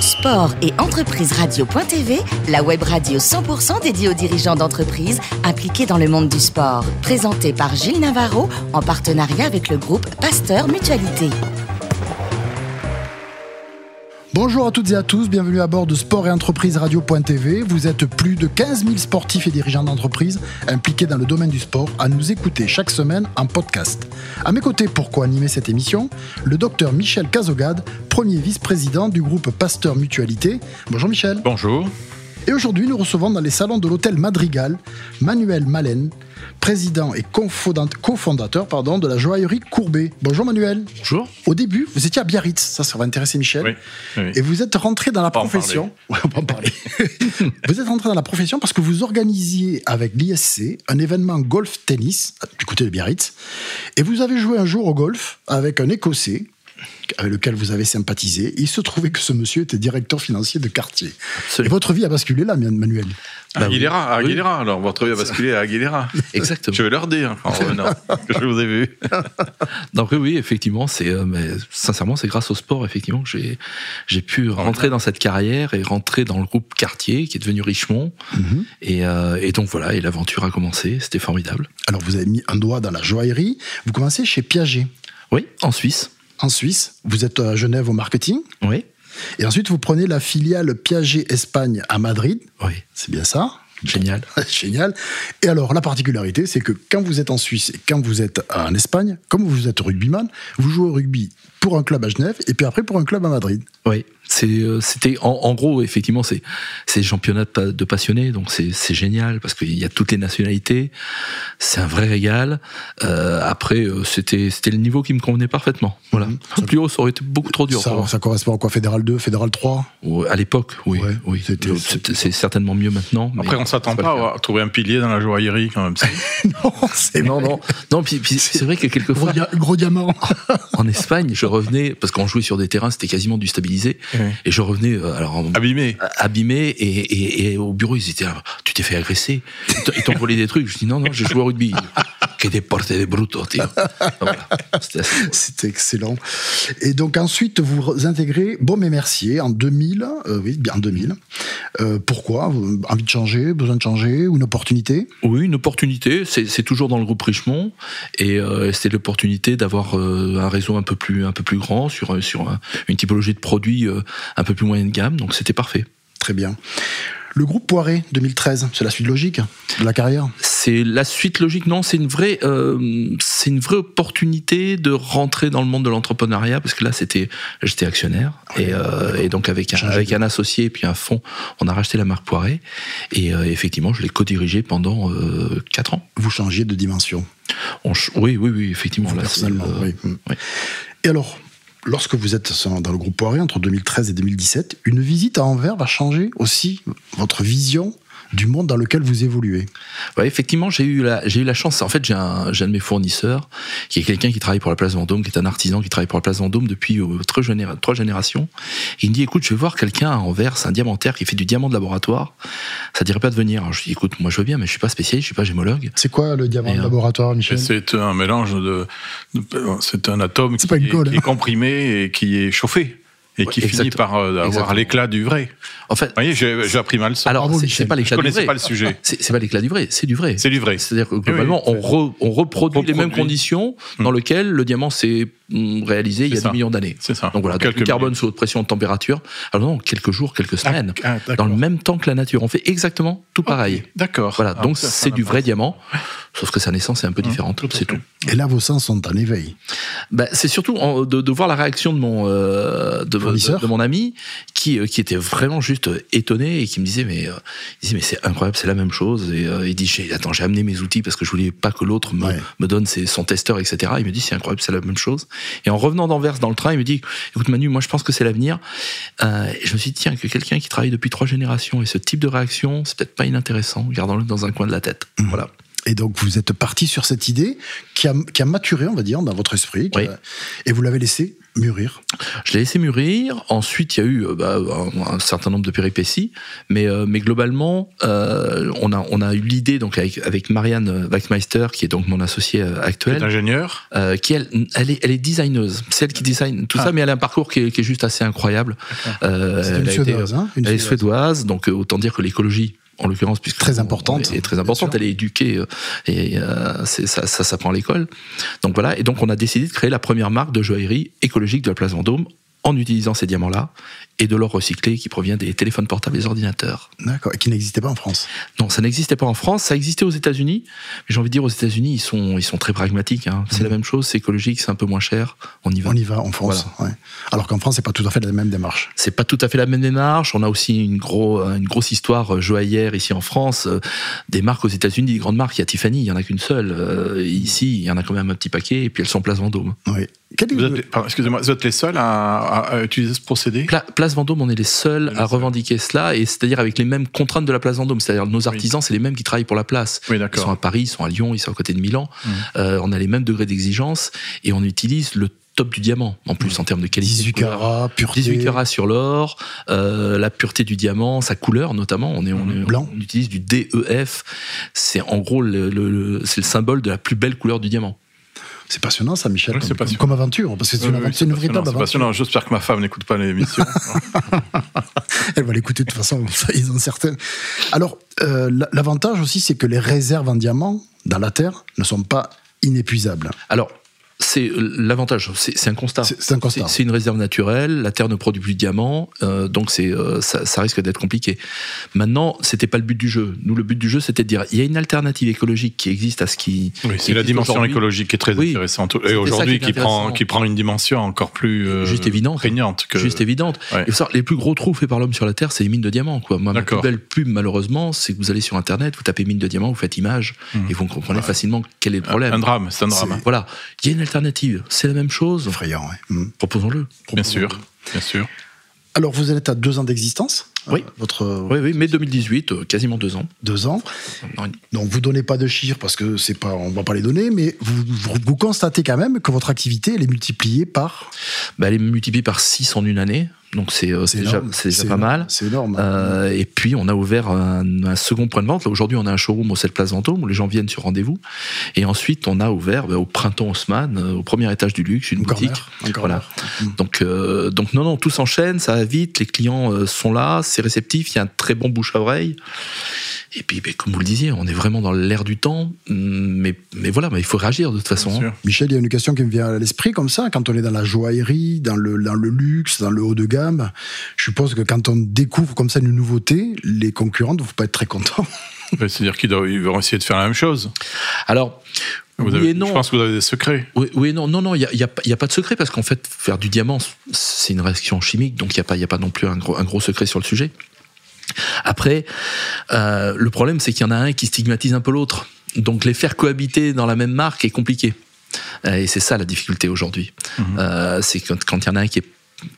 sport et entreprise radio.tv, la web radio 100% dédiée aux dirigeants d'entreprises impliqués dans le monde du sport. Présentée par Gilles Navarro en partenariat avec le groupe Pasteur Mutualité. Bonjour à toutes et à tous, bienvenue à bord de Sport et Entreprise Radio.tv. Vous êtes plus de 15 000 sportifs et dirigeants d'entreprise impliqués dans le domaine du sport à nous écouter chaque semaine en podcast. À mes côtés, pour co-animer cette émission, le docteur Michel Cazogade, premier vice-président du groupe Pasteur Mutualité. Bonjour Michel. Bonjour. Et aujourd'hui, nous recevons dans les salons de l'hôtel Madrigal Manuel Malène, président et cofondateur pardon, de la joaillerie Courbet. Bonjour Manuel. Bonjour. Au début, vous étiez à Biarritz, ça, ça va intéresser Michel. Oui, oui. Et vous êtes rentré dans la va en profession. Ouais, on va en parler. vous êtes rentré dans la profession parce que vous organisiez avec l'ISC un événement Ah, golf-tennis du côté de Biarritz. Et vous avez joué un jour au golf avec un Écossais avec lequel vous avez sympathisé. Il se trouvait que ce monsieur était directeur financier de quartier. Et Absolument. votre vie a basculé là, Manuel. Bah oui. Ah, Aguilera, Oui. Ah, Aguilera, alors votre vie a basculé à Aguilera. Exactement. Je vais leur dire en revenant que je vous ai vu. Donc oui, oui, effectivement, c'est euh, mais sincèrement, c'est grâce au sport effectivement que j'ai j'ai pu rentrer dans cette carrière et rentrer dans le groupe Cartier qui est devenu Richemont et, euh, et donc voilà et l'aventure a commencé, c'était formidable. Alors, vous avez mis un doigt dans la joaillerie. Vous commencez chez Piaget, Oui, en Suisse. en Suisse. Vous êtes à Genève au marketing. Oui. Et ensuite, vous prenez la filiale Piaget Espagne à Madrid. Oui. C'est bien ça Génial. Génial. Et alors, la particularité, c'est que quand vous êtes en Suisse et quand vous êtes en Espagne, comme vous êtes rugbyman, vous jouez au rugby pour un club à Genève et puis après pour un club à Madrid. Oui, c'est, euh, c'était en, en gros effectivement c'est c'est le championnat de, pa- de passionnés donc c'est c'est génial parce qu'il y a toutes les nationalités, c'est un vrai régal. Euh, après euh, c'était c'était le niveau qui me convenait parfaitement. Voilà, plus haut ça aurait été beaucoup trop dur. pour Ça, moi. ça correspond à quoi Fédéral 2, Fédéral 3 Ou À l'époque, oui, Ouais, oui. c'était- Euh, c'est- c'est certainement mieux maintenant. mais Après, on s'attend c'est pas le cas. à trouver un pilier dans la joaillerie quand même. Non, c'est Non, non, non. Puis, puis c'est vrai que Gros, quelquefois dia- gros diamant. en Espagne, je revenais parce qu'on jouait sur des terrains, c'était quasiment du stabilisé, et je revenais euh, alors en- Abîmé. abîmé et, et- et au bureau ils étaient là, tu t'es fait agresser, Ils t'ont- ils t'ont volé des trucs. Je dis non, non, j'ai joué au rugby. Que des portes de bruto, tío. Voilà. C'était assez- C'était excellent. Et donc ensuite, vous re- intégrez Baume et Mercier en 2000. euh, oui, bien en 2000. Euh, pourquoi Vous- Envie de changer Besoin de changer Ou une opportunité Oui, une opportunité. C'est c'est toujours dans le groupe Richemont et euh, c'est l'opportunité d'avoir euh, un réseau un peu plus un peu plus grand sur un- sur un- une typologie de produits euh, un peu plus moyenne gamme. Donc c'était parfait. Très bien. Le groupe Poiré 2013, c'est la suite logique de la carrière C'est la suite logique. Non, c'est une vraie euh, c'est une vraie opportunité de rentrer dans le monde de l'entrepreneuriat parce que là c'était j'étais actionnaire et, euh, et donc avec un, Changer avec un associé et puis un fonds, on a racheté la marque Poiré et euh, effectivement je l'ai co-dirigé pendant euh, quatre ans. Vous changez de dimension, On ch- oui oui oui effectivement là, c'est, personnellement. euh, oui. Mm. oui. Et alors, lorsque vous êtes dans le groupe Poiré entre 2013 et 2017, une visite à Anvers va changer aussi votre vision du monde dans lequel vous évoluez. Ouais, effectivement, j'ai eu la j'ai eu la chance. En fait, j'ai un j'ai un de mes fournisseurs qui est quelqu'un qui travaille pour la Place Vendôme, qui est un artisan qui travaille pour la Place Vendôme depuis euh, trois, géné- trois générations. Il me dit écoute, je vais voir quelqu'un à Anvers, un diamantaire qui fait du diamant de laboratoire. Ça te dirait pas de venir Alors, Je dis écoute, moi je veux bien, mais je suis pas spécialiste, je suis pas gémologue. C'est quoi le diamant Et, de euh, laboratoire, Michel C'est un mélange de. de- c'est un atome C'est qui, pas une est, colle, qui hein. est comprimé et qui est chauffé et Ouais, qui finit exactement. par euh, avoir Exactement. l'éclat du vrai. En fait, Vous voyez, j'ai j'ai appris mal ça. alors bravo, c'est- Michel. c'est pas je l'éclat du connaissais vrai. pas le sujet. C'est c'est pas l'éclat du vrai, c'est du vrai. C'est du vrai. C'est-à-dire que globalement, oui, c'est- on, re- on reproduit les mêmes Reproduit. Hmm. conditions dans lesquelles le diamant s'est mm, réalisé il y a C'est ça. des millions d'années. C'est ça. Donc voilà, donc Quelques le carbone minutes. sous haute pression, haute température. Alors non, quelques jours, quelques Ah, semaines. ah, d'accord. dans le même temps que la nature. On fait exactement tout pareil. Ok, D'accord. Voilà, Ah, donc ça, Hein, ça c'est du vrai m'intéresse. diamant, sauf que sa naissance est un peu différente, c'est tout. Et là, vos sens sont en éveil. Bah, c'est surtout en- de, de voir la réaction de mon euh, de, Fournisseur. de- de mon ami qui euh, qui était vraiment juste euh, étonné et qui me disait mais euh, il disait mais c'est incroyable, c'est la même chose et euh, il dit j'ai- attends j'ai amené mes outils parce que je voulais pas que l'autre me, Ouais. me donne ses, son testeur etc. Il me dit c'est incroyable, c'est la même chose et en revenant d'Anvers dans le train il me dit écoute Manu moi je pense que c'est l'avenir Euh, et je me suis dit tiens que quelqu'un Mmh. qui travaille depuis trois générations et ce type de réaction c'est peut-être pas inintéressant gardons-le dans un coin de la tête voilà Et donc, vous êtes parti sur cette idée qui a, qui a maturé, on va dire, dans votre esprit. qui Oui. a- et vous l'avez laissé mûrir. Je l'ai laissé mûrir. Ensuite, il y a eu euh, bah, un, un certain nombre de péripéties, mais euh, mais globalement, euh, on a on a eu l'idée donc avec, avec Marianne Wachmeister, qui est donc mon associée euh, Qui est actuelle, ingénieur. euh, qui elle, elle est elle est designeuse, c'est elle qui design tout Ah. ça, mais elle a un parcours qui est, qui est juste assez incroyable. Euh, C'est une elle a été, suédoise, hein, une elle est Suédoise. suédoise, donc euh, autant dire que l'écologie, en l'occurrence, puisque Très on- importante, elle est très importante, sûr. elle est éduquée euh, et euh, c'est- ça, ça s'apprend à l'école. Donc voilà, et donc on a décidé de créer la première marque de joaillerie écologique de la place Vendôme en utilisant ces diamants-là et de l'or recyclé qui provient des téléphones portables et des ordinateurs. D'accord, et qui n'existait pas en France. Non, ça n'existait pas en France, ça existait aux États-Unis, mais j'ai envie de dire aux États-Unis ils sont ils sont très pragmatiques. hein. C'est Mhm. la même chose, c'est écologique, c'est un peu moins cher, on y va. On y va en France. ouais. Alors qu'en France, c'est pas tout à fait la même démarche. C'est pas tout à fait la même démarche. On a aussi une, gros, une grosse histoire euh, joaillière ici en France. Euh, Des marques aux États-Unis, des grandes marques. Il y a Tiffany, il y en a qu'une seule. Euh, Ici, il y en a quand même un petit paquet. Et puis elles sont place Vendôme. Oui. Quel est Vous le- êtes, pardon, excusez-moi, vous êtes les seuls à, à- à utiliser ce procédé Pla- place Vendôme, on est les seuls Les à seuls. revendiquer cela. Et c'est-à-dire avec les mêmes contraintes de la place Vendôme. C'est-à-dire nos artisans, c'est les mêmes qui travaillent pour la place. Oui, Ils sont d'accord. à Paris, ils sont à Lyon, ils sont à côté de Milan. Mhm. Euh, on a les mêmes degrés d'exigence et on utilise le top du diamant. En plus, en termes de qualité. de 18 couleur. carats, pureté. 18 carats sur l'or, euh, la pureté du diamant, sa couleur notamment. On, est, on, est- Blanc. on utilise du DEF. C'est en gros le, le- le- c'est le symbole de la plus belle couleur du diamant. C'est passionnant ça, Michel, Oui, c'est comme, passionnant. comme aventure, parce que c'est une, Oui, oui, aventure- c'est une passionnant, véritable c'est aventure. passionnant. J'espère que ma femme n'écoute pas l'émission. Elle va l'écouter de toute façon, ça, ils en certaines. Alors, euh, la- l'avantage aussi, c'est que les réserves en diamants dans la Terre ne sont pas inépuisables. Alors, c'est euh, l'avantage, c'est c'est un constat. C'est c'est un constat. Ah. C'est c'est une réserve naturelle, la Terre ne produit plus de diamants, euh, donc c'est euh, ça, ça risque d'être compliqué. Maintenant, c'était pas le but du jeu. Nous, le but du jeu, c'était de dire il y a une alternative écologique qui existe à ce qui. Oui, qui c'est la existe dimension aujourd'hui. écologique qui est très Oui. intéressante. C'était Et ça aujourd'hui, qui qui, était prend, intéressant. qui prend une dimension encore plus euh, Juste évidente. prégnante que Juste évidente. Ouais. Et ça, les plus gros trous faits par l'homme sur la Terre, c'est les mines de diamants. Quoi. Moi, ma plus D'accord. belle pub, malheureusement, c'est que vous allez sur Internet, vous tapez mine de diamants, vous faites image, Mhm. et vous comprenez Ouais. facilement quel est le un, problème. un drame. C'est un C'est- drame, Voilà, il y a une alternative, c'est la même chose, effrayant, ouais. Mm. proposons-le. bien sûr, bien sûr. Alors, vous êtes à deux ans d'existence Oui. euh, Votre euh, Oui, oui, mai 2018, euh, quasiment deux ans. deux ans. Non, Donc, vous donnez pas de chiffres parce que c'est pas, on va pas les donner, mais vous, vous, vous constatez quand même que votre activité, elle est multipliée par. bah, elle est multipliée par 6 en une année, donc c'est euh, c'est déjà, énorme. c'est déjà C'est pas énorme. mal. C'est énorme. Euh, et puis on a ouvert un, un second point de vente. Là, Aujourd'hui, on a un showroom au 7 Place Vendôme où les gens viennent sur rendez-vous. Et ensuite, on a ouvert bah, au printemps Haussmann, euh, au premier étage du luxe, une Encore boutique. Encore voilà. Donc, euh, donc non, non, tout s'enchaîne, ça va vite, les clients euh, sont là, c'est réceptif, il y a un très bon bouche à oreille. Et puis, ben, comme vous le disiez, on est vraiment dans l'air du temps, hum, mais, mais voilà, mais il faut réagir de toute façon. Bien sûr. hein. Michel, il y a une question qui me vient à l'esprit comme ça, quand on est dans la joaillerie, dans le, dans le luxe, dans le haut de gamme, je suppose que quand on découvre comme ça une nouveauté, les concurrents ne vont pas être très contents. Ouais, C'est-à-dire qu'ils doivent- ils vont essayer de faire la même chose. Alors, Vous Oui avez- et non. Je pense que vous avez des secrets. oui, oui, non, non, non, il n'y a, il y a pas- il y a pas de secret parce qu'en fait, faire du diamant, c'est une réaction chimique, donc il n'y a, pas- il y a pas non plus un gros, un gros secret sur le sujet. Après, euh, le problème, c'est qu'il y en a un qui stigmatise un peu l'autre. Donc les faire cohabiter dans la même marque est compliqué. Euh, Et c'est ça la difficulté aujourd'hui. Mhm. Euh, c'est quand quand il y en a un qui est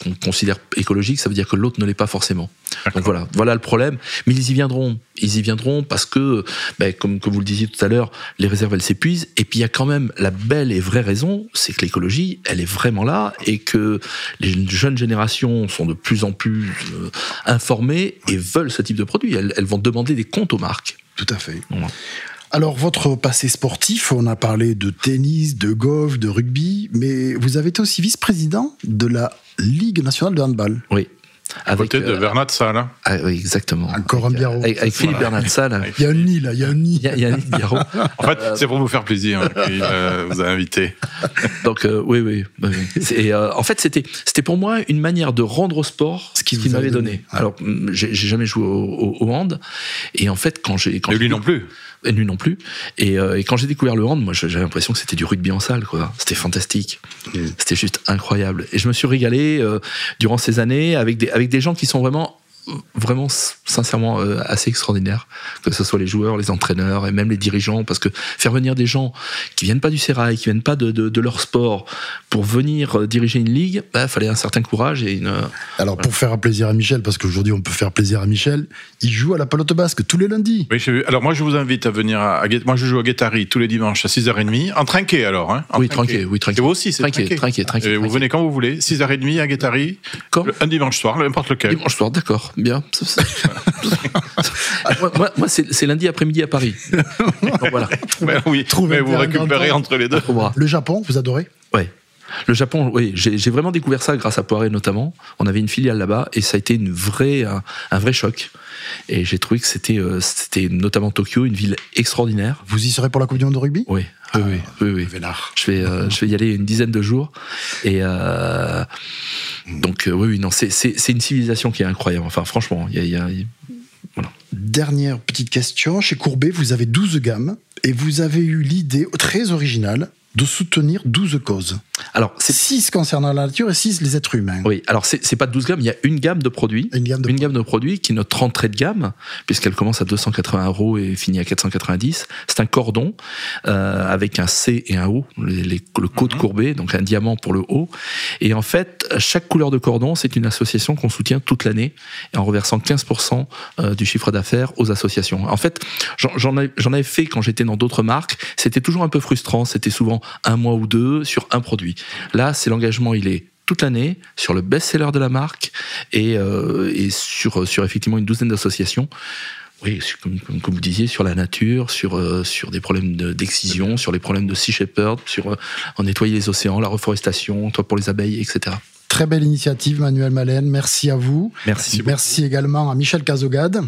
qu'on considère écologique, ça veut dire que l'autre ne l'est pas forcément. Donc voilà, voilà le problème. Mais ils y viendront. Ils y viendront parce que, ben, comme, comme vous le disiez tout à l'heure, les réserves, elles s'épuisent. Et puis il y a quand même la belle et vraie raison, c'est que l'écologie, elle est vraiment là et que les jeunes générations sont de plus en plus euh, informées et veulent ce type de produit. Elles, elles vont demander des comptes aux marques. Tout à fait. Ouais. Alors, votre passé sportif, on a parlé de tennis, de golf, de rugby, mais vous avez été aussi vice-président de la Ligue nationale de handball. Oui. À côté de euh, Bernat hein. Sala. ah, oui, exactement. Encore Avec, un biarro. euh, Avec, avec Philippe Voilà. Bernatza, là. Ouais. Il y a un nid, là, il y a un nid. Il y a- il y a Yannick Biarro. En euh, fait, c'est pour vous faire plaisir hein, qu'il euh, vous a invité. Donc euh, oui, oui. oui, oui. C'est, euh, en fait, c'était c'était pour moi une manière de rendre au sport Ce ce qu'il qu'il vous m'avait avait donné. donné. Ouais. Alors, mm, j'ai j'ai jamais joué au, au- au hand, et en fait, quand j'ai quand Et j'ai- lui non plus. et lui non plus, et, euh, et quand j'ai découvert le hand, moi, j'avais l'impression que c'était du rugby en salle, quoi. C'était fantastique, Mm. c'était juste incroyable. Et je me suis régalé euh, durant ces années avec des avec des gens qui sont vraiment vraiment s- sincèrement euh, assez extraordinaire, que ce soit les joueurs, les entraîneurs et même les dirigeants, parce que faire venir des gens qui viennent pas du sérail, qui viennent pas de, de- de leur sport, pour venir euh, diriger une ligue, bah, fallait un certain courage et une. euh, Alors, pour faire plaisir à Michel, parce qu'aujourd'hui on peut faire plaisir à Michel, il joue à la pelote basque tous les lundis. Oui, j'ai vu. Alors moi, je vous invite à venir à, à Guét- Moi, je joue à Guétari tous les dimanches à 6h30. En trinquet, alors. Hein, en Oui, trinquet, oui, Et trinquet. vous aussi, c'est Trinquet, trinquet. trinquet, trinquet, Et vous trinquet. venez quand vous voulez, 6h30 à Guétari, Quand le- un dimanche soir, n'importe lequel. Dimanche soir, d'accord, bien. moi, moi, moi, c'est c'est lundi après-midi à Paris. Donc, voilà. Ouais, Ben oui, Trouvez mais un vous terrain récupérez d'entente. entre les deux. Au revoir. Le Japon, vous adorez Ouais. Le Japon, oui, j'ai j'ai vraiment découvert ça grâce à Poiré notamment. On avait une filiale là-bas et ça a été une vraie, un, un vrai choc. Et j'ai trouvé que c'était, euh, c'était notamment Tokyo, une ville extraordinaire. Vous y serez pour la Coupe du Monde de rugby Oui, oui, oui, oui, oui. Vénard. Je vais, euh, je vais y aller une dizaine de jours. Et euh, donc, euh, oui, oui, non, c'est, c'est, c'est une civilisation qui est incroyable. Enfin, franchement, il y a- il y a- il y a- Dernière petite question. Chez Courbet, vous avez 12 gammes et vous avez eu l'idée très originale de soutenir 12 causes. alors, c'est, 6 concernant la nature et 6 les êtres humains. oui, alors c'est, c'est pas 12 gammes, il y a une gamme de produits. Une gamme de Une gamme de produits qui est notre entrée de gamme, puisqu'elle commence à 280 euros et finit à 490. C'est un cordon euh, avec un C et un O, les- les- le Mhm. côte courbé, donc un diamant pour le O. Et en fait, chaque couleur de cordon, c'est une association qu'on soutient toute l'année en reversant 15% euh, du chiffre d'affaires aux associations. En fait, j'en- j'en ai- j'en avais fait quand j'étais dans d'autres marques. C'était toujours un peu frustrant. C'était souvent un mois ou deux sur un produit. Là, c'est l'engagement, il est toute l'année sur le best-seller de la marque et, euh, et sur, sur effectivement une douzaine d'associations. Oui, sur- comme, comme- comme vous disiez, sur la nature, sur, euh, sur des problèmes de- d'excision, sur les problèmes de Sea Shepherd, sur euh, en nettoyer les océans, la reforestation, toi pour les abeilles, etc. Très belle initiative, Manuel Malène. Merci à vous. Merci. Merci également à Michel Cazogade.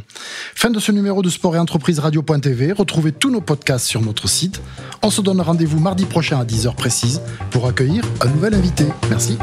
Fin de ce numéro de Sport et Entreprise Radio.tv. Retrouvez tous nos podcasts sur notre site. On se donne rendez-vous mardi prochain à 10h précise pour accueillir un nouvel invité. Merci.